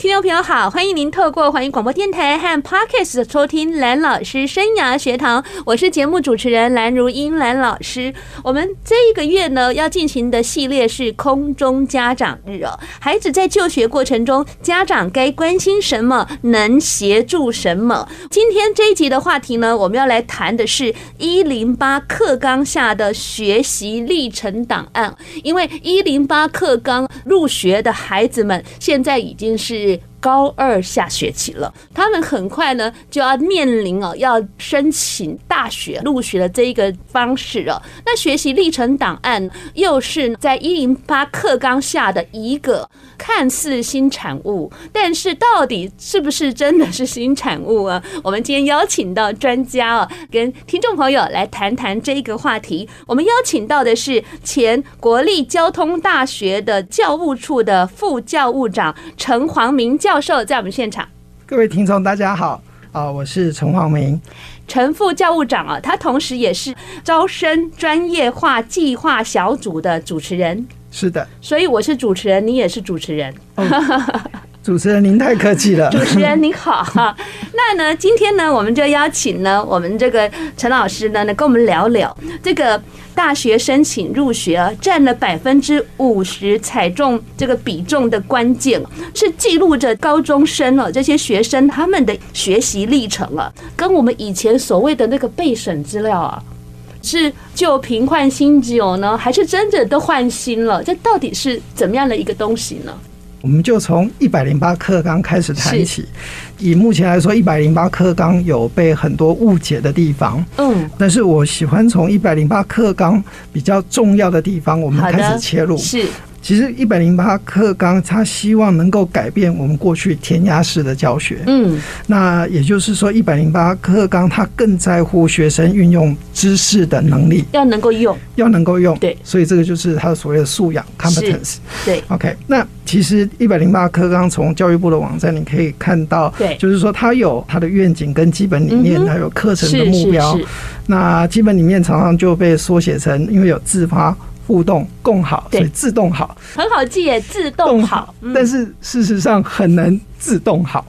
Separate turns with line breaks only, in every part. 听众朋友好，欢迎您透过环宇广播电台和 Podcast 收听蓝老师生涯学堂，我是节目主持人蓝如英，蓝老师。我们这一个月呢要进行的系列是空中家长日哦，孩子在就学过程中，家长该关心什么，能协助什么？今天这一集的话题呢，我们要来谈的是一零八课纲下的学习历程档案，因为一零八课纲入学的孩子们现在已经是。高二下学期了，他们很快呢就要面临哦要申请大学入学的这一个方式哦。那学习历程档案又是在一零八课纲下的一个看似新产物，但是到底是不是真的是新产物啊？我们今天邀请到专家哦，跟听众朋友来谈谈这个话题。我们邀请到的是前国立交通大学的教务处的副教务长陈黄明教授，在我们现场。
各位听众，大家好啊，我是陈黄明。
陈副教务长啊，他同时也是招生专业化计划小组的主持人，
是的，
所以我是主持人，你也是主持人。
主持人您太客气 了。
主持人您好，那呢，今天呢，我们就邀请呢，我们这个陈老师呢，呢跟我们聊聊这个大学申请入学啊占了百分之五十采中这个比重的关键，是记录着高中生哦、这些学生他们的学习历程啊，跟我们以前所谓的那个备审资料啊。是旧瓶换新酒呢，还是真的都换新了？这到底是怎么样的一个东西呢？
我们就从一百零八课纲开始谈起。以目前来说，一百零八课纲有被很多误解的地方，
嗯，
但是我喜欢从一百零八课纲比较重要的地方，我们
好的
开始切入。
是
其实一百零八课纲，它希望能够改变我们过去填鸭式的教学。
嗯，
那也就是说，一百零八课纲它更在乎学生运用知识的能力，
要能够用，
要能够用。
对
所以这个就是它所谓的素养 （competence）。
对，
OK，那其实一百零八课纲从教育部的网站你可以看到，
对
就是说它有它的愿景跟基本理
嗯
念，
哼
还有课程的
是
目
是
标。
是，
那基本理念常常就被缩写成，因为有自发、互动、共好，
对
所以自动好、
很好记耶，自动好。嗯
但是事实上很难自动好，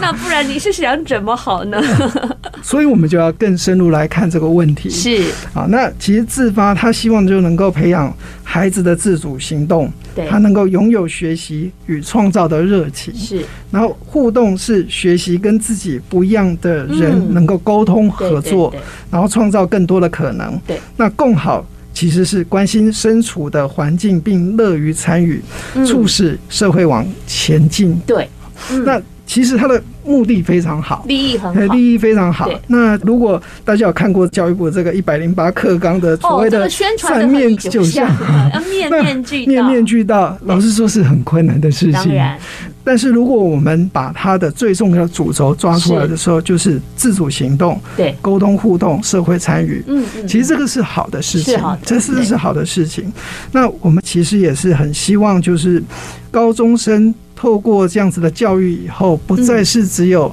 那不然你是想怎么好 呢？
所以我们就要更深入来看这个问题。
是，
啊，那其实自发，他希望就能够培养孩子的自主行动，
对
他，能够拥有学习与创造的热情。
是
然后互动是学习跟自己不一样的人
嗯
能够沟通
对
合作，
对对
然后创造更多的可能。
对，
那共好其实是关心身处的环境，并乐于参与，
嗯
促使社会往前进。
对，嗯
那其实它的目的非常好。
利益很
呃
好。
利益非常好
对。
那如果大家有看过教育部这个一百零八课纲的所
哦，
谓
这
的
个宣传的
三面
很
九项，
啊， 要面
那
面俱到，
面面俱到，老实说是很困难的事
当
情。
然
但是如果我们把它的最重要的主轴抓出来的时候，就是自主行动、
对，
沟通互动、社会参与。
嗯嗯，
其实这个是好的事
是
情
好的，
这是
对
是好的事情。那我们其实也是很希望，就是高中生透过这样子的教育以后，不再
嗯
是只有、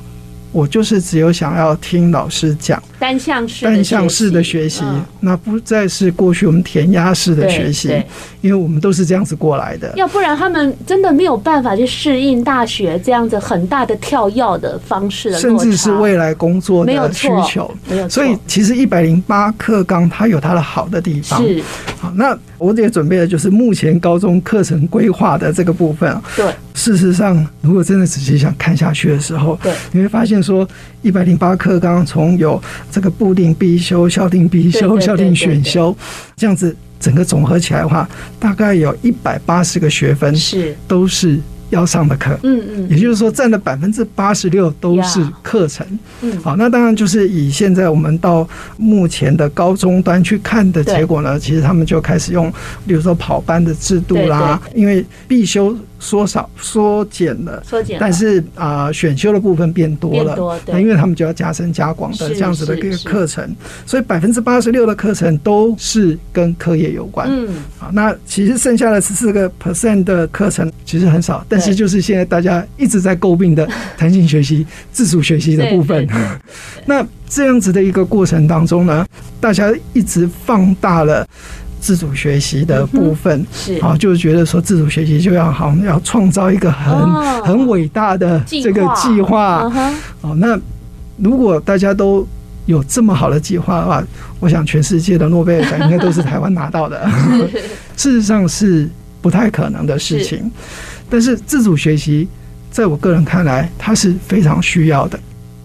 我就是只有想要听老师讲
单向式的
单向式的学习，
嗯
那不再是过去我们填鸭式的
对
学习
对，
因为我们都是这样子过来的。
要不然他们真的没有办法去适应大学这样子很大的跳跃的方式的
甚
落
至是
差
未来工作
没有
的需
错
求，
没有错，
所以其实一百零八课纲它有它的好的地方。
是
好，那我也准备的就是目前高中课程规划的这个部分啊。
对
事实上，如果真的仔细想看下去的时候，
对
你会发现说，一百零八课纲从有这个固定必修、校定必
对对
修、
对
校定选修这样子，整个总合起来的话，大概有一百八十个学分
是，
都是要上的课。
嗯嗯，
也就是说，占了百分之八十六都是课程。
嗯
好，那当然就是以现在我们到目前的高中端去看的结果呢，其实他们就开始用，比如说跑班的制度啦，因为必修缩少缩减了，
缩减了，
但是啊、呃选修的部分变多
变
了。
多
那
对
因。为他们就要加深加广的
是
这样子的一
是
个
是
课程，所以百分之八十六的课程都是跟科业有关。
嗯，
啊，那其实剩下的十四个 percent 的课程其实很少，但是就是现在大家一直在诟病的弹性学习、自主学习的部分
对对。
那这样子的一个过程当中呢，大家一直放大了自主学习的部分，
是
啊，就是觉得说自主学习就要好像要创造一个很、
哦
很伟大的这个计划。
嗯哼，
哦，那如果大家都有这么好的计划的话， 我想全世界的诺贝尔奖应该都是台湾拿到的。 事实上是不太可能的事情，但是自主学习，在我个人看来，它是非常需要的，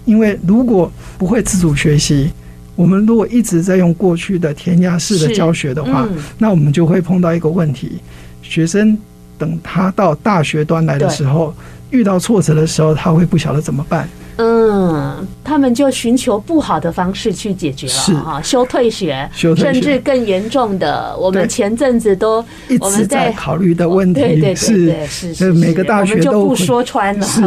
因为如果不会自主学习，我们如果一直在用过去的填鸭式的
是
教学的话，
嗯
那我们就会碰到一个问题：学生等他到大学端来的
对
时候，遇到挫折的时候，他会不晓得怎么办。
嗯，他们就寻求不好的方式去解决
是
了哈，休退学，
休退学
甚至更严重的，我
对
们前阵子都
一
我
直
们
在
在
考虑的问
对对
题
对
是
对，是
呃
是
每
是
个大
我们
学
就
都
不
会
说穿了，
是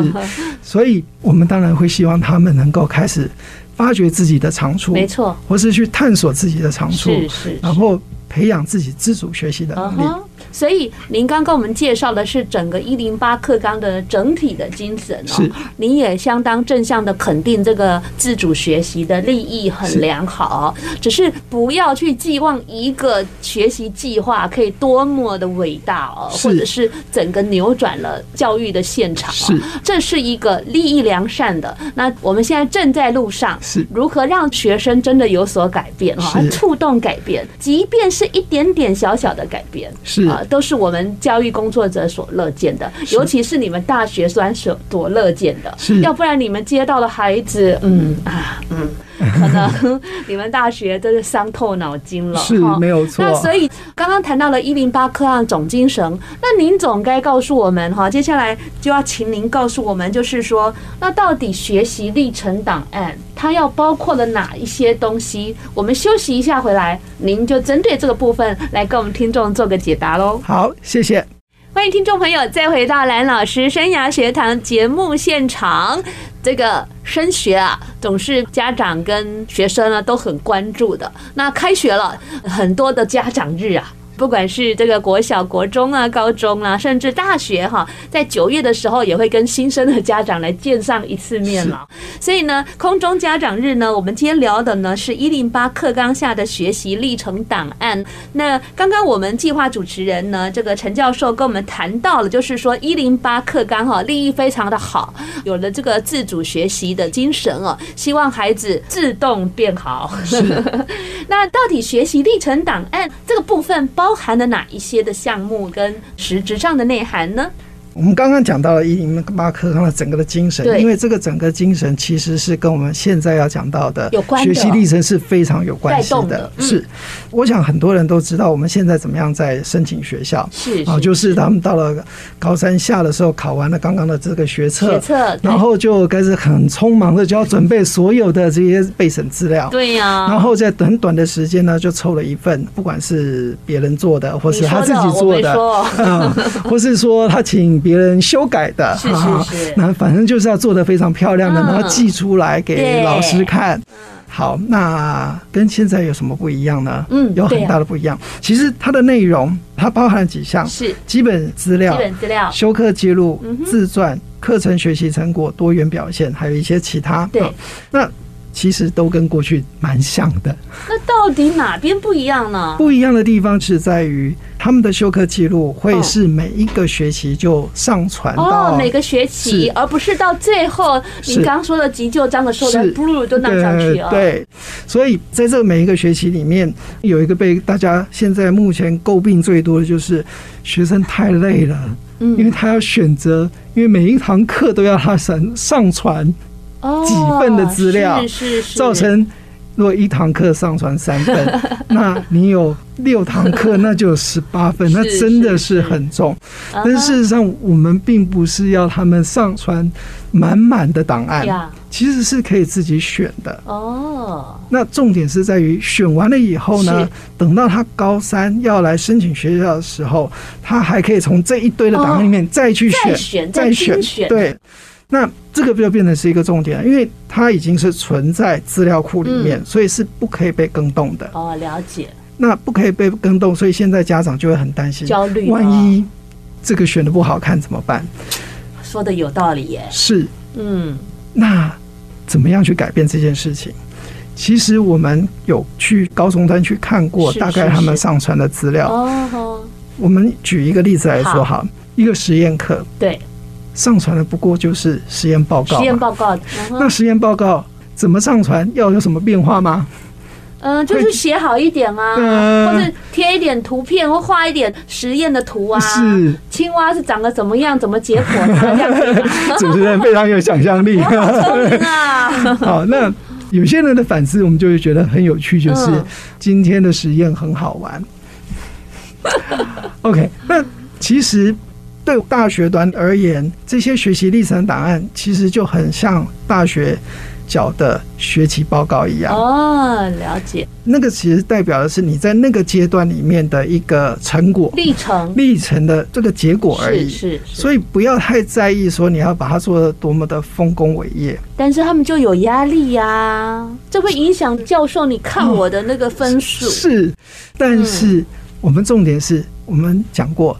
所以我们当然会希望他们能够开始发掘自己的长处，
没，错，
或是去探索自己的长处，
是是
然后培养自己自主学习的
嗯
能力。
哼，所以您刚跟我们介绍的是整个一零八课纲的整体的精神哦
是，
您也相当正向的肯定这个自主学习的利益很
是
良好哦，只是不要去寄望一个学习计划可以多么的伟大哦，
是
或者是整个扭转了教育的现场、哦，
是
这是一个利益良善的。那我们现在正在路上，
是
如何让学生真的有所改变哦哈，
是
啊触动改变，即便是一点点小小的改变。
是
啊、都是我们教育工作者所乐见的，
是
尤其是你们大学端所所乐见的。
是
要不然你们接到的孩子，嗯啊，嗯，可能 你们大学真是伤透脑筋了。
是
哈
没有错
那所以刚刚谈到了一零八课案总精神，那您总该告诉我们哈，接下来就要请您告诉我们，就是说，那到底学习历程档案它要包括了哪一些东西？我们休息一下，回来您就针对这个部分来跟我们听众做个解答喽。
好，谢谢。
欢迎听众朋友再回到蓝老师生涯学堂节目现场。这个升学啊，总是家长跟学生呢、都很关注的。那开学了，很多的家长日啊。不管是这个国小、国中啊、高中啊，甚至大学哈、在九月的时候也会跟新生的家长来见上一次面了。所以呢，空中家长日呢，我们今天聊的呢是一零八课纲下的学习历程档案。那刚刚我们计划主持人呢，这个陈教授跟我们谈到了，就是说一零八课纲哈、利益非常的好，有了这个自主学习的精神哦，希望孩子自动变好。那到底学习历程档案这个部分包含了哪一些的项目跟实质上的内涵呢？
我们刚刚讲到了伊林巴克他的整个的精神，
对
因为这个整个精神其实是跟我们现在要讲到的
有关的
学习历程是非常有关系
带动
的
的。嗯
是，我想很多人都知道我们现在怎么样在申请学校。
哦是
啊，就是他们到了高三下的时候，考完了刚刚的这个学测，
学测对
然后就开始很匆忙的就要准备所有的这些备审资料。
对呀、
然后在很短的时间呢，就抽了一份，不管是别人做的，或
你
是
说
他自
的
己
我
做
没
的，
说
啊，或是说他请别人修改的，
是是
啊
是
那反正就是要做的非常漂亮的，
嗯
然后寄出来给
对嗯
老师看。好，那跟现在有什么不一样呢？
嗯
有很
对啊
大的不一样。其实它的内容它包含了几项：
是
基本资料
基、本资料，
修课记录
嗯、哼
自传、课程学习成果、多元表现，还有一些其他。
对
啊那其实都跟过去蛮像的。
那到底哪边不一样呢？
不一样的地方是在于他们的修课记录会是每一个学期就上传到、
哦，每个学期，
是
而不是到最后，
是
您刚说的急救章的时候，
是
blue 就弄上去了。哦
对。对，所以在这每一个学期里面，有一个被大家现在目前诟病最多的就是学生太累了，
嗯
因为他要选择，因为每一堂课都要他上上传，
哦
几份的资料
是是是，啊
造成。如果一堂课上传三份，那你有六堂课，那就有十八分，那
是
真的
是啊
是很重。
但
但是事实上，我们并不是要他们上传满满的档案，
呀，
其实是可以自己选的。
哦，
那重点是在于选完了以后呢
是，
等到他高三要来申请学校的时候，他还可以从这一堆的档案里面再去
哦
选、
再选再精选，
对，那这个就变成是一个重点了，因为它已经是存在资料库里
嗯
面，所以是不可以被更动的。
哦，了解，
那不可以被更动，所以现在家长就会很担心，
焦虑，啊
万一这个选的不好看怎么办？
哦说的有道理耶，
是
嗯，
那怎么样去改变这件事情？其实我们有去高中端去看过，
是
大概
是
他们
是
上传的资料。
哦吼，
我们举一个例子来说哈，一个实验课
对，
上传的不过就是实验报告嘛，
实验报告，嗯
那实验报告怎么上传？要有什么变化吗？
嗯，就是写好一点啊，
嗯
或者贴一点图片，或画一点实验的图啊。
是
青蛙是长得怎么样，怎么结果的，这样 子
主持人非常有想象力。
啊聪明 啊。
好，那有些人的反思，我们就会觉得很有趣，就是
嗯
今天的实验很好玩。OK，那其实对大学端而言，这些学习历程档案其实就很像大学缴的学习报告一样。
哦，了解
那个其实代表的是你在那个阶段里面的一个成果、
历程
历程的这个结果而
是
已。
是是，
所以不要太在意说你要把它做的多么的丰功伟业。
但是他们就有压力呀、这会影响教授你看我的那个分数。
嗯是，但
嗯
是我们重点是我们讲过，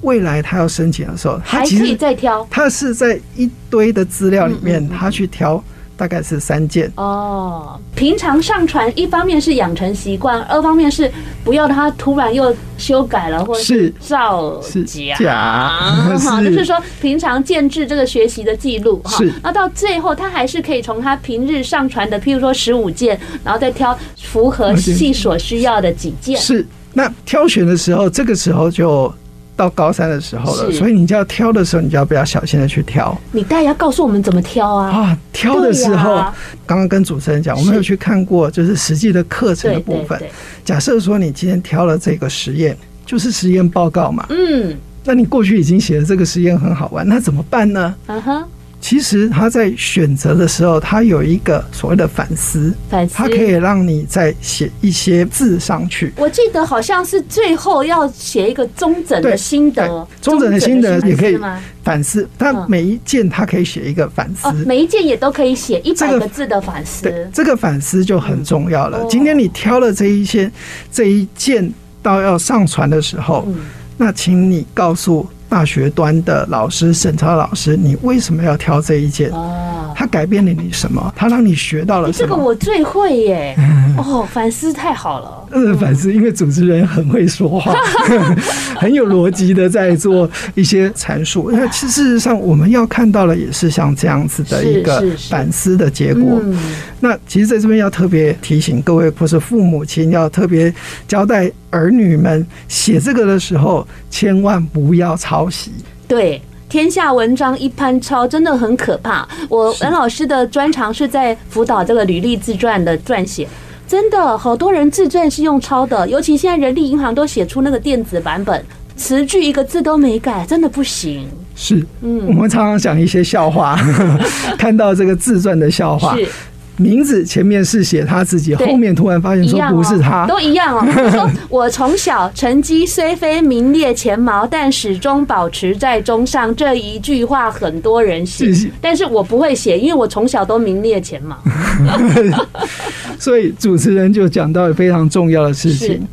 未来他要申请的时候，他
还
其
可以
实
再挑
他是在一堆的资料里
嗯嗯
面，
嗯嗯
他去挑大概是三件。
哦。平常上传，一方面是养成习惯，二方面是不要他突然又修改了，或者
是
造
是
假。
假，
好，就是说平常建制这个学习的记录哈
是，
那到最后他还是可以从他平日上传的，譬如说十五件，然后再挑符合
而且
系所需要的几件。
是。那挑选的时候，这个时候就到高三的时候了，
是
所以你就要挑的时候，你就要比较小心的去挑
你大家告诉我们怎么挑啊？
啊。挑的时候
对，啊呀
刚刚跟主持人讲，我们
是
有去看过，就是实际的课程
对
的部
对
分。
对，
假设说你今天挑了这个实验，就是实验报告嘛，
嗯，
那你过去已经写的这个实验很好玩，那怎么办呢？
嗯哼，
其实他在选择的时候，他有一个所谓的反思，
反思
它。可以让你再写一些字上去。
我记得好像是最后要写一个中整的
对
心得
对，中整的
中
心得也可以
是吗？
反思，它
嗯
每一件它可以写一个反思。
哦，每一件也都可以写一百
这
个
个
字的反思。
对，这个反思就很重要了。
嗯哦
今天你挑了这一些这一件到要上传的时候，
嗯，
那请你告诉大学端的老师、审查老师，你为什么要挑这一件？
哦，
它改变了你什么？它让你学到了
诶
什
这个
么？
我最会耶！哦，反思太好了。
呃，反思，因为主持人很会说 话，很有逻辑的在做一些阐述。那其实事实上，我们要看到的也是像这样子的一个
是是是
反思的结果。
嗯，
那其实在这边要特别提醒各位，或是父母亲要特别交代儿女们写这个的时候，千万不要抄袭。
对。天下文章一潘抄，真的很可怕。我文老师的专长是在辅导这个履历自传的撰写，真的好多人自传是用抄的，尤其现在人力银行都写出那个电子版本，词句一个字都没改，真的不行。
是，我
嗯，
们常常讲一些 笑话，看到这个自传的笑话，
是
名字前面是写他自己，
对
后面突然发现
一
说
样
不是他
哦，，都一样哦。就 说我从小成绩虽非名列前茅，但始终保持在中上，这一句话很多人
是
写
是，
但是我不会写，因为我从小都名列前茅。
所以主持人就讲到非常重要的事情。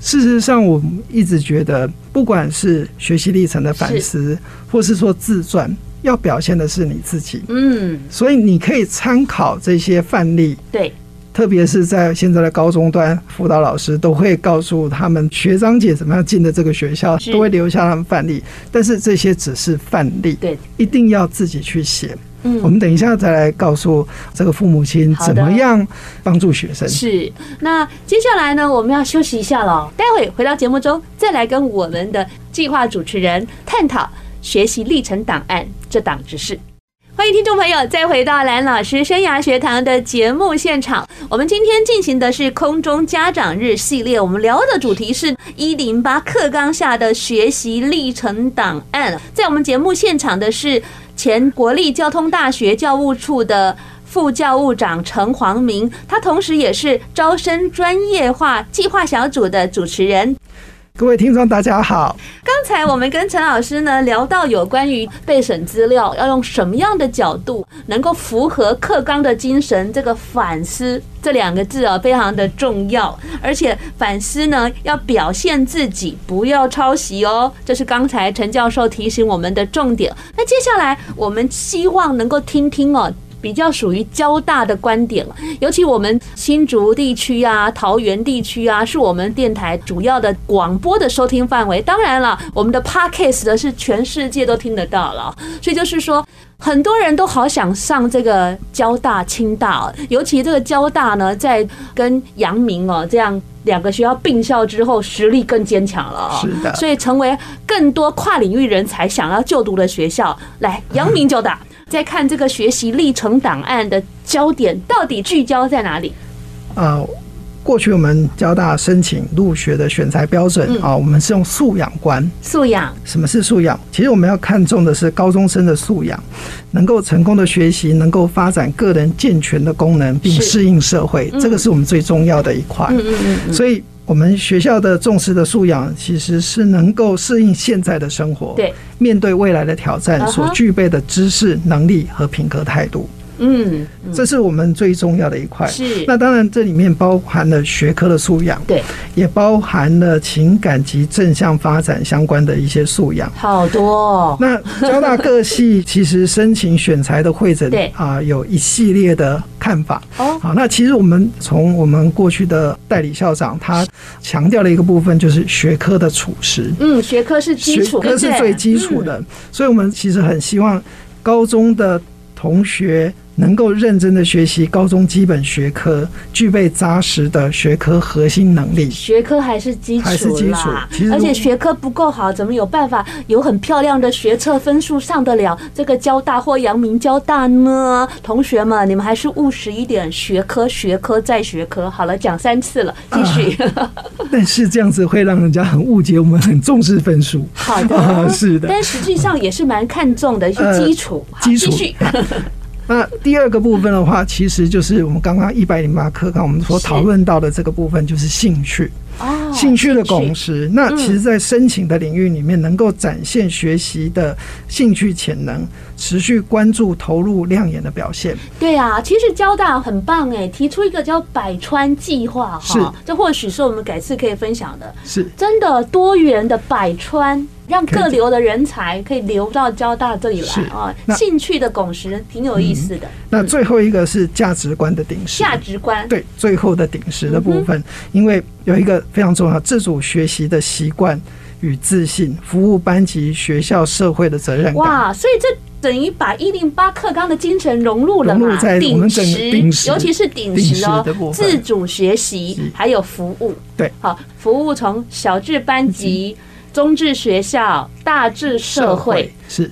事实上，我们一直觉得，不管是学习历程的反思，或是说自传，要表现的是你自己。
嗯，
所以你可以参考这些范例，
对，
特别是在现在的高中端，辅导老师都会告诉他们学长姐怎么样进的这个学校，
是
都会留下他们范例。但是这些只是范例，
对，
一定要自己去写。
嗯
我们等一下再来告诉这个父母亲
好的
怎么样帮助学生。
是。那接下来呢，我们要休息一下了，待会回到节目中再来跟我们的计划主持人探讨学习历程档案这档子事。欢迎听众朋友再回到蓝老师生涯学堂的节目现场。我们今天进行的是空中家长日系列，我们聊的主题是一零八课纲下的学习历程档案。在我们节目现场的是前国立交通大学教务处的。副教务长陈黄明，他同时也是招生专业化计划小组的主持人。
各位听众，大家好。
刚才我们跟陈老师呢聊到有关于备审资料要用什么样的角度，能够符合课纲的精神，这个反思这两个字啊非常的重要，而且反思呢要表现自己，不要抄袭哦，这是刚才陈教授提醒我们的重点。那接下来我们希望能够听听哦。比较属于交大的观点了，尤其我们新竹地区啊、桃园地区啊，是我们电台主要的广播的收听范围。当然了，我们的 podcast 的是全世界都听得到了，所以就是说，很多人都好想上这个交大、清大、哦，尤其这个交大呢，在跟阳明哦这样两个学校并校之后，实力更坚强了哦，
是的
所以成为更多跨领域人才想要就读的学校。来，阳明交大。在看这个学习历程档案的焦点到底聚焦在哪里？
啊、过去我们交大申请入学的选材标准
嗯
啊、我们是用素养观。
素养，
什么是素养？其实我们要看重的是高中生的素养，能够成功的学习，能够发展个人健全的功能，并
是
适应社会，这个是我们最重要的一块。
嗯嗯嗯，
所以，我们学校的重视的素养，其实是能够适应现在的生活，
对，
面对未来的挑
啊
战
哈
所具备的知识、能力和品格态度，
嗯，
这是我们最重要的一块。
是，
哎那当然，这里面包含了学科的素养，
对，
也包含了情感及正向发展相关的一些素养。
好多、哦，
那交大各系其实申请选材的会 诊，
对
啊、有一系列的看法。
哦
好，那其实我们从我们过去的代理校长，他强调了一个部分，就是学科的处实，
嗯，学科是基
学
础，
科是
对不嗯对
最基础的，所以我们其实很希望高中的同学。能够认真的学习高中基本学科，具备扎实的学科核心能力。
学科还是基础啦，
还是基础其实
而且学科不够好，怎么有办法有很漂亮的学测分数上得了这个交大或阳明交大呢？同学们，你们还是务实一点，学科、学科再学科。好了，讲三次 了，继续。
但是这样子会让人家很误解，我们很重视分数。
好的，
啊是的。
但实际上也是蛮看重的，是
呃
基础。好
基础
继续
那第二个部分的话，其实就是我们刚刚一百零八课纲我们所
是
讨论到的这个部分，就是兴趣、
哦，
兴趣的共识。那其实，在申请的领域里面，能够展现学习的兴趣潜能，持续关注、投入亮眼的表现。
对啊，其实交大很棒哎，提出一个叫“百川计划”
是
哈，这或许是我们改次可以分享的。
是
真的多元的百川，让
可以
各流的人才可以流到交大这里
是
来啊、
那
兴趣的共识挺有意思的，
那最后一个是价值观的顶实。
价值嗯观
对最后的顶实的部分，因为有一个非常重要，自主学习的习惯与自信，服务班级、学校、社会的责任感。
哇，所以这等于把一零八课纲的精神融入了
融
嘛
入在，我
顶
们整个
时，
顶时
尤其是顶时哦
顶时的部，分
自主学习
是
还有服务，
对，嗯
好，服务从小至班级。中至学校，大至社会，
是，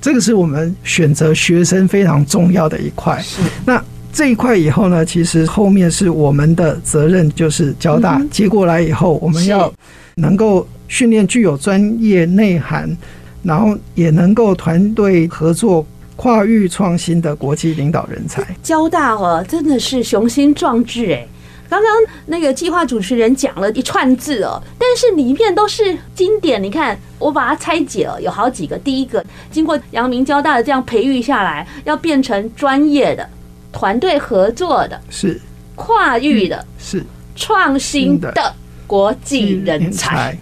这个是我们选择学生非常重要的一块。
是
那这一块以后呢，其实后面是我们的责任，就是交大、接过来以后，我们
嗯是
要能够训练具有专业内涵，然后也能够团队合作。跨域创新的国际领导人才，
交大哦，真的是雄心壮志哎。刚刚那个计划主持人讲了一串字哦，但是里面都是经典。你看，我把它拆解了，有好几个。第一个，经过阳明交大的这样培育下来，要变成专业的、团队合作的、
是
跨域的、
是
创新
新
的国际人才。，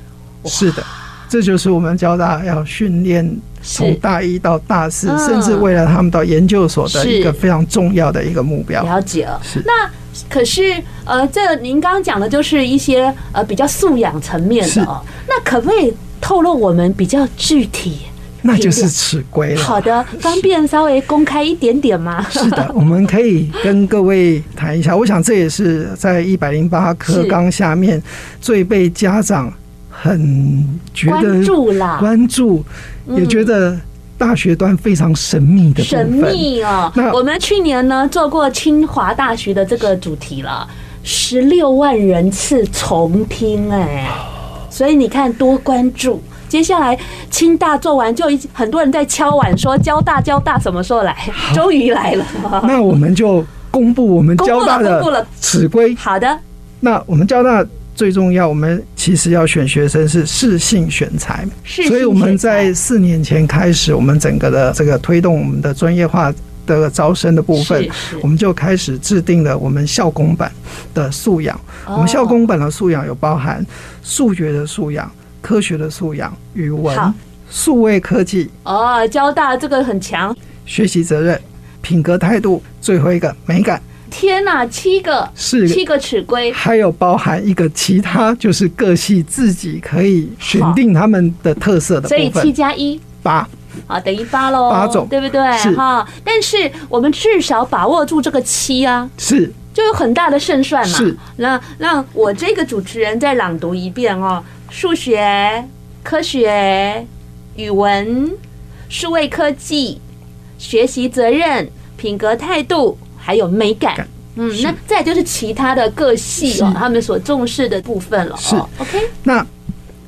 是的，这就是我们交大要训练从
是
大一到大四，
嗯
甚至未来他们到研究所的一个
是
非常重要的一个目标。
了解了。
是
那可是呃，这您刚刚讲的就是一些呃比较素养层面的哦。那可不可以透露我们比较具体？
那就是尺规
好
了。
的，方便稍微公开一点点吗？
是 的，我们可以跟各位谈一下。我想这也是在一百零八课纲下面最被家长很觉
关
得
注啦，啊
关注，也觉得大学端非常神秘的部
神
分。
秘哦
那。
我们去年呢做过清华大学的这个主题了，十六万人次重听哎，所以你看多关注。接下来清大做完，就一很多人在敲碗说交大交大什么时候来？终于来了。
那我们就公布我们
公布
交
了
大
公布了
的尺规。
好的，
那我们交大最重要，我们其实要选学生是适性选材。
是。哎
所以我们在四年前开始，我们整个的这个推动我们的专业化的招生的部分
是是，
我们就开始制定了我们校工版的素养。我
哦
们校工版的素养有包含数学的素养、科学的素养、语文
好、
数位科技、
哦，交大这个很强，
学习责任、品格态度，最后一个美感
天哪，七个
是
七个尺规，
还有包含一个其他，就是各系自己可以选定他们的特色的
所以
部
七
分。
加一
八，
啊，等于八喽，
八种
对不对？
是
哈，但是我们至少把握住这个七啊，
是
就有很大的胜算嘛。
是，
那让我这个主持人再朗读一遍哦：数学、科学、语文、数位科技、学习责任、品格态度，还有美感
感。
嗯，
是
那再就是其他的各系哦
是，
他们所重视的部分了、哦。
是
OK，
那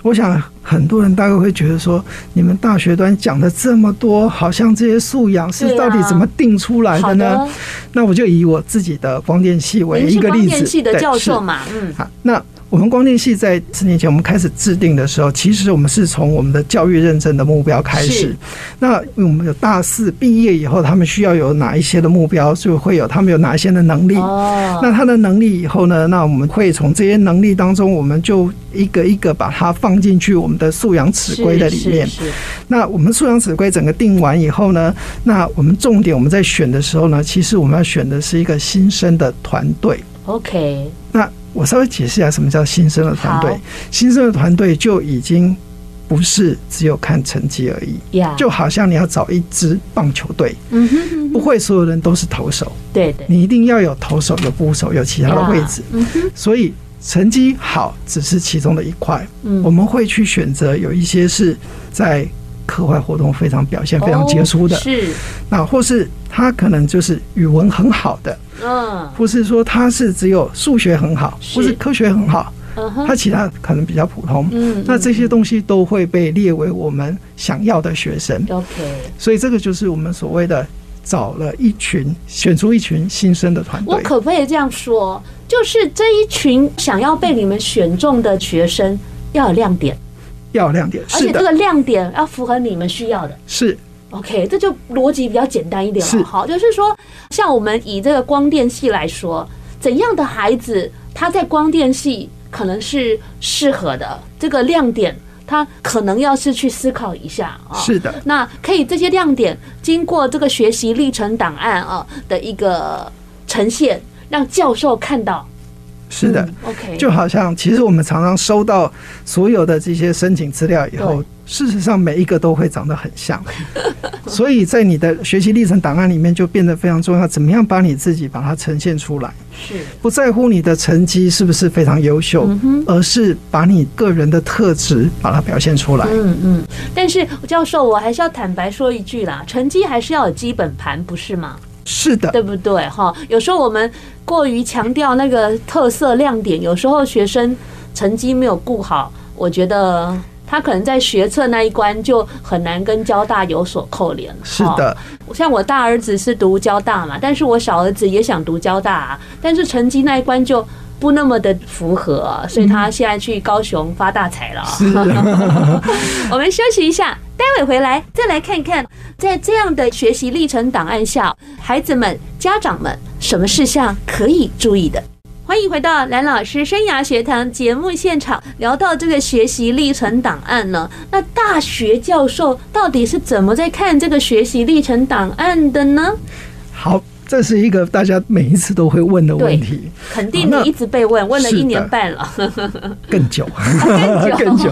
我想很多人大概会觉得说，你们大学端讲的这么多，好像这些素养
对
是
啊
到底怎么定出来
好
的呢？
的，
哎那我就以我自己的光电系为
您
一
是
个
光
例
电
子，
系的
对
教
是
授嘛，嗯，
好，啊那我们光电系在四年前我们开始制定的时候，其实我们是从我们的教育认证的目标开始
是。
那我们有大四毕业以后，他们需要有哪一些的目标，就会有他们有哪一些的能力。
哦，
那他的能力以后呢？那我们会从这些能力当中，我们就一个一个把它放进去我们的素养尺规的里面。
是是是
那我们素养尺规整个定完以后呢，那我们重点我们在选的时候呢，其实我们要选的是一个新生的团队。
OK，
那我稍微解释一下什么叫新生的团队
好。
新生的团队就已经不是只有看成绩而已，
呀、
就好像你要找一支棒球队，
嗯哼嗯
不会所有人都是投手，
哼，对对，
你一定要有投手、有捕手、有其他的位置。
呀嗯哼，
所以成绩好只是其中的一块，
嗯
我们会去选择有一些是在课外活动非常表现 非常杰出的
哦，是，
那或是他可能就是语文很好的，
嗯
或是说他是只有数学很好，
是
或是科学很好，
嗯哼，
他其他可能比较普通。
嗯
那这些东西都会被列为我们想要的学生，
OK。
所以这个就是我们所谓的找了一群，选出一群新生的团
我
队。
可不可以这样说？就是这一群想要被你们选中的学生要有亮点，
要有亮点，
而
是
且这个
的，
亮点要符合你们需要的。
是
OK，这就逻辑比较简单一点
是
了。好，就是说，像我们以这个光电系来说，怎样的孩子他在光电系可能是适合的，这个亮点他可能要是去思考一下啊、
是的，
那可以这些亮点经过这个学习历程档案啊的一个呈现，让教授看到。
是的
嗯。，OK，
就好像，其实我们常常收到所有的这些申请资料以后
对，
事实上每一个都会长得很 像，所以在你的学习历程档案里面就变得非常重要。怎么样把你自己把它呈现出来？
是
不在乎你的成绩是不是非常优秀，
嗯
而是把你个人的特质把它表现出来。
嗯嗯。但是教授，我还是要坦白说一句啦，成绩还是要有基本盘，不是吗？
是的，
对不对？哈，有时候我们过于强调那个特色亮点，有时候学生成绩没有顾好，我觉得。他可能在学测那一关就很难跟交大有所扣连。
是
哈
的，
像我大儿子是读交大嘛，但是我小儿子也想读交大、啊，但是成绩那一关就不那么的符合啊、所以他现在去高雄发大财了、啊。
是
我们休息一下，待会回来再来看看，在这样的学习历程档案下，孩子们、家长们什么事项可以注意的。欢迎回到蓝老师生涯学堂节目现场，聊到这个学习历程档案呢，那大学教授到底是怎么在看这个学习历程档案的呢？
好，这是一个大家每一次都会问的问题，
肯定
好
你
啊那
一直被问，问了
是
一
的
年半了，
更久。
更久，
更久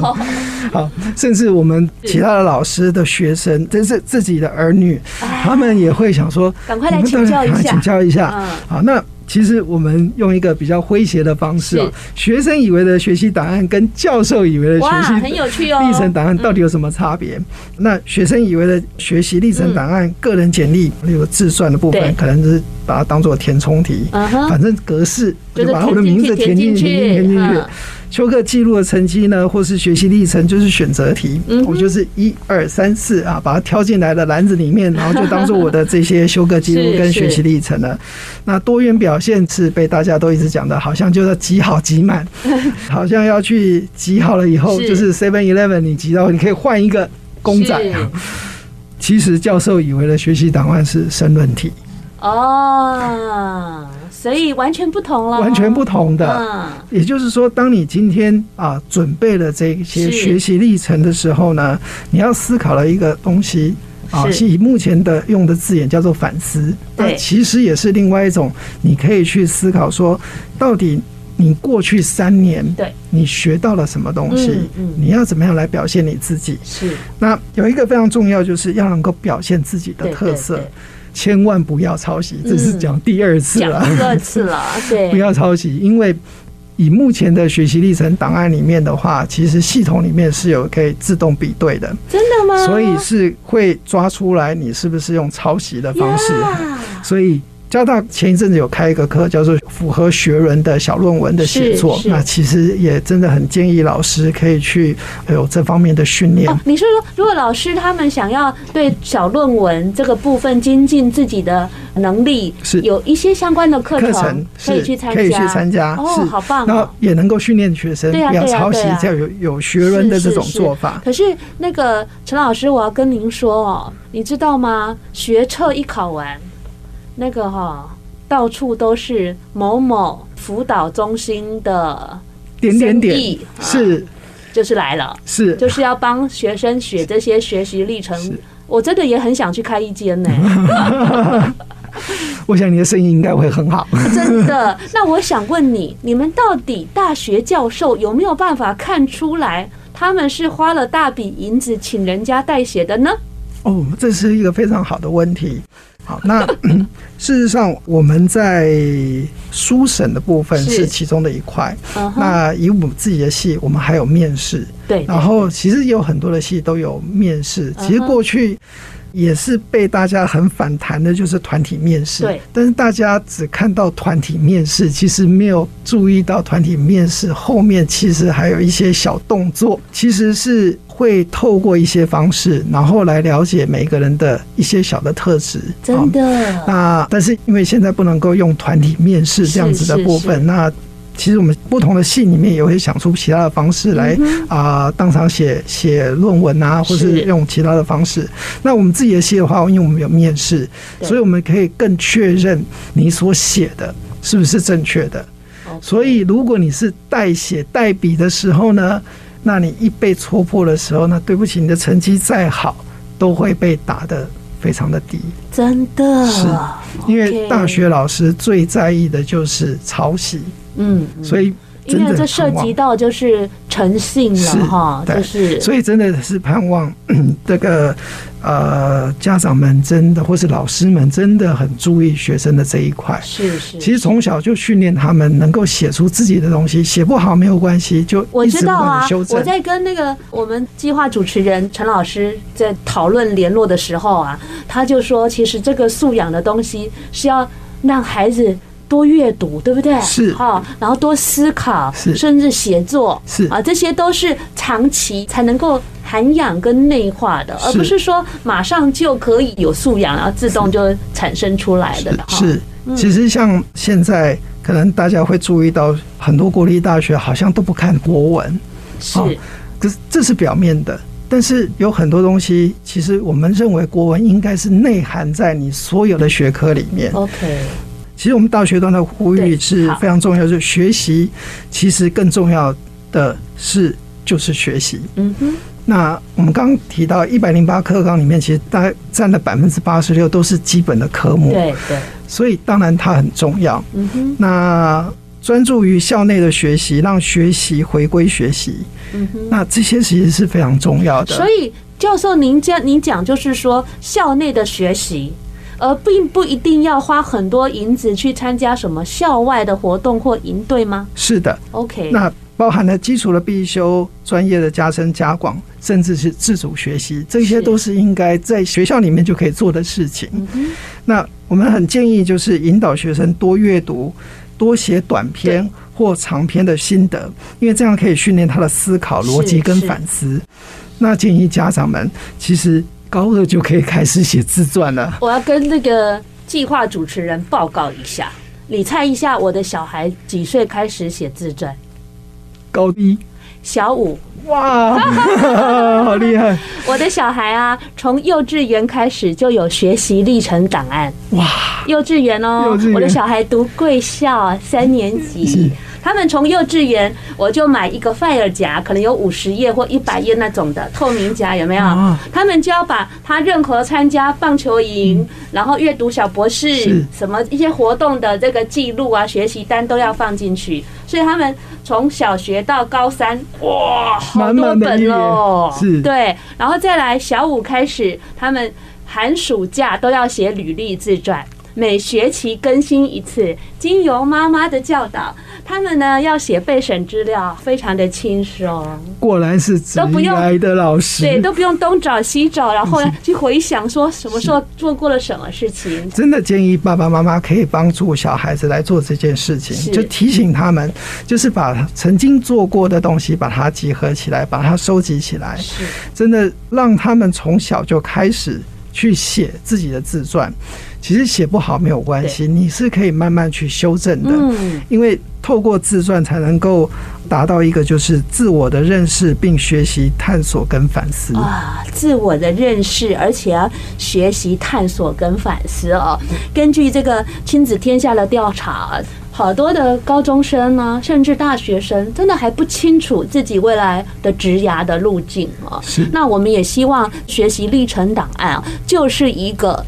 好，甚至我们其他的老师的学生，真是自己的儿女，他们也会想说，
哎赶快来
你们到
请教一
底
下
赶快请教一下
嗯。
好，那。其实我们用一个比较诙谐的方式啊，学生以为的学习档案跟教授以为的
哇，
学习
很有趣哦。
历程档案到底有什么差别？那学生以为的学习历程档案、个人简历，例如自传的部
嗯对
分，可能是把它当做填充题，
嗯哼，
反正格式我
就
就是把我的名字
填
填
进
进去，
去，
填进去
嗯。
修课记录的成绩呢，或是学习历程，就是选择题
嗯，哼
我就是一二三四啊，把它挑进来的篮子里面，然后就当做我的这些修课记
是
录跟学习历程了。那多元表现是被大家都一直讲的，好像就要集好 集满，好像要去集好了以后，
是
就是 Seven Eleven 你集到，你可以换一个公仔。
是
其实教授以为的学习档案是申论题，
哦，所以完全不同了，
完全不同的。
嗯，
也就是说，当你今天啊准备了这些
是
学习历程的时候呢，你要思考了一个东西啊，
是
是以目前的用的字眼叫做反思。
对
那其实也是另外一种，你可以去思考说，到底你过去三年
对
你学到了什么东西
嗯嗯，
你要怎么样来表现你自己？
是
那有一个非常重要，就是要能够表现自己的
对
特色
对对，
千万不要抄袭。这是
嗯
讲第二次
讲
了，
第二次了，对，
不要抄袭，因为以目前的学习历程档案里面的话，其实系统里面是有可以自动比对的，
真的吗？
所以是会抓出来你是不是用抄袭的方式。啊
呀
所以交大前一阵子有开一个课，叫做符合学伦的小论文的写作
是。是
那其实也真的很建议老师可以去有这方面的训练
哦。，你是说，如果老师他们想要对小论文这个部分精进自己的能力，
是
有一些相关的课
课程
可以
是
去参加，
可以去参加，
哦
是
好棒哦
然后也能够训练学生
对啊
不要
对啊
抄袭
对啊，
这样有有学伦的
是
这种
是是
做法。
可是那个陈老师，我要跟您说哦，你知道吗？学测一考完，那个哈、到处都是某某辅导中心的
点点
生
点
意，
是
就是来了，
是
就是要帮学生写这些学习历程
是。
我真的也很想去开一间 呢、
我想你的声音应该会很好。
真的。那我想问你，你们到底大学教授有没有办法看出来他们是花了大笔银子请人家代写的呢？
哦，这是一个非常好的问题。好，那 事实上我们在书审的部分
是
是其中的一块。
嗯哼，
那以我们自己的系，我们还有面试，
对，
然后其实也有很多的系都有面试。其实
嗯哼
过去也是被大家很反弹的，就是团体面试。
对，
但是大家只看到团体面试，其实没有注意到团体面试后面其实还有一些小动作，其实是会透过一些方式，然后来了解每个人的一些小的特质。啊
真的。
那但是因为现在不能够用团体面试这样子的部
是
分，那其实我们不同的系里面也会想出其他的方式来
嗯
啊、当场写写论文啊，或
是
是用其他的方式。那我们自己的系的话，因为我们有面试，
对
所以我们可以更确认你所写的是不是正确的。
OK
所以如果你是代写代笔的时候呢，那你一被戳破的时候呢，对不起，你的成绩再好都会被打得非常的低。
真的
是因为大学老师最在意的就是抄袭，
嗯，嗯
所以真
因为
的
这
很
涉
盼望
及到就是诚信
是
了哈，
对
就是
所以真的是盼望 这个呃家长们真的或是老师们真的很注意学生的这一块。
是是，
其实从小就训练他们能够写出自己的东西，写不好没有关系，就
我
一
知
直不
道
断
啊
的修，正。
我在跟那个我们计划主持人陈老师在讨论联络的时候啊，他就说，其实这个素养的东西是要让孩子。多阅读，对不对？
是
哈、然后多思考，
是
甚至写作，
是
啊，这些都是长期才能够涵养跟内化的，而
是
不是说马上就可以有素养，然后自动就产生出来的了哈。
是，
嗯
其实像现在可能大家会注意到，很多国立大学好像都不看国文，
是、
哦可是这是表面的，但是有很多东西，其实我们认为国文应该是内涵在你所有的学科里面。
o k
其实我们大学端的呼
哦对
吁是
好
非常重要，就是学习，其实更重要的是就是学习。
嗯哼，
那我们刚刚提到一百零八课纲里面，其实大概占了百分之八十六都是基本的科目，
对对，
所以当然它很重要。
嗯哼，
那专注于校内的学习，让学习回归学习，
嗯哼。
那这些其实是非常重要的。
所以，教授您这您讲就是说，校内的学习而并不一定要花很多银子去参加什么校外的活动或营队吗
是的，
？OK，
那包含了基础的必修、专业的加深加广，甚至是自主学习，这些
是
都是应该在学校里面就可以做的事情。
嗯哼
那我们很建议就是引导学生多阅读、多写短篇或长篇的心得，因为这样可以训练他的思考、
是
逻辑跟
是
反思。那建议家长们，其实高二就可以开始写自传了。
我要跟那个计划主持人报告一下，你猜一下我的小孩几岁开始写自传？
高一，
小五，
哇，好厉害！
我的小孩啊，从幼稚园开始就有学习历程档案。
哇，
幼稚园哦
幼稚，园
我的小孩读贵校三年 级。他们从幼稚园，我就买一个 fire 夹，可能有五十页或一百页那种的透明夹，有没有
啊？
他们就要把他任何参加棒球营，然后阅读小博士
嗯是
什么一些活动的这个记录啊、学习单都要放进去。所以他们从小学到高三，哇，好
满
多
满的
本
一页
哦，
是
对，然后再来小五开始，他们寒暑假都要写履历自传，每学期更新一次。经由妈妈的教导，他们呢要写备审资料，非常的轻
嗯
松，
果然是职
都不
业
用
来的老师，
对，都不用东找西找，然后去回想说什么时候做过了什么事情。
真的建议爸爸妈妈可以帮助小孩子来做这件事
是
情，就提醒他们，就是把曾经做过的东西把它集合起来，把它收集起来，
是
真的让他们从小就开始去写自己的自传。其实写不好没有关系，你是可以慢慢去修正的。
嗯，
因为透过自传才能够达到一个就是自我的认识，并学习探索跟反思。
啊，自我的认识，而且要学习探索跟反思哦。根据这个亲子天下的调查，好多的高中生呢、甚至大学生，真的还不清楚自己未来的职涯的路径哦。
是
那我们也希望学习历程档案啊就是一个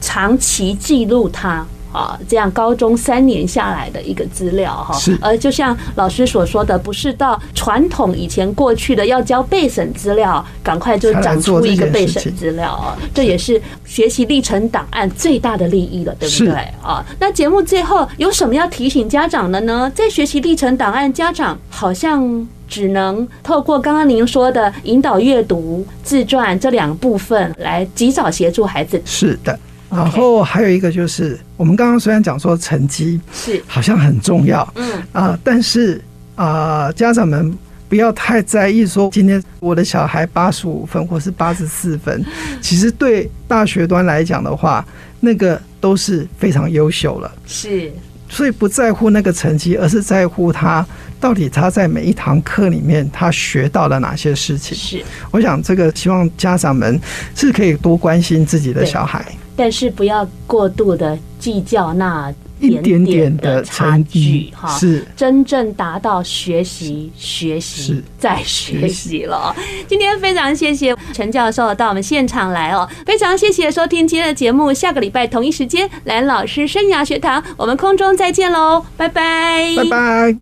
长期记录它。啊，这样高中三年下来的一个资料哈
是，
而就像老师所说的，不是到传统以前过去的要交备审资料，赶快就
才来
长
做
出
这
一个
件
备
事
审
情
资料啊，这也是学习历程档案最大的利益了，对不
是
对啊？那节目最后有什么要提醒家长的呢？在学习历程档案，家长好像。只能透过刚刚您说的引导阅读、自传这两部分来及早协助孩子，
是的。然后还有一个就是，我们刚刚虽然讲说成绩
是
好像很重要啊、
嗯
但是啊、家长们不要太在意说今天我的小孩八十五分或是八十 四分，其实对大学端来讲的话，那个都是非常优秀了。
是
所以不在乎那个成绩，而是在乎他到底他在每一堂课里面他学到了哪些事情。
是，
我想这个希望家长们是可以多关心自己的
对
小孩。
但是不要过度的计较那
一点点
的
的
差
成
距
绩
哈，
是
真正达到学习、学习
是
再学习了哦。今天非常谢谢陈教授到我们现场来哦，非常谢谢收听今天的节目，下个礼拜同一时间蓝老师生涯学堂，我们空中再见喽，拜拜，
拜拜。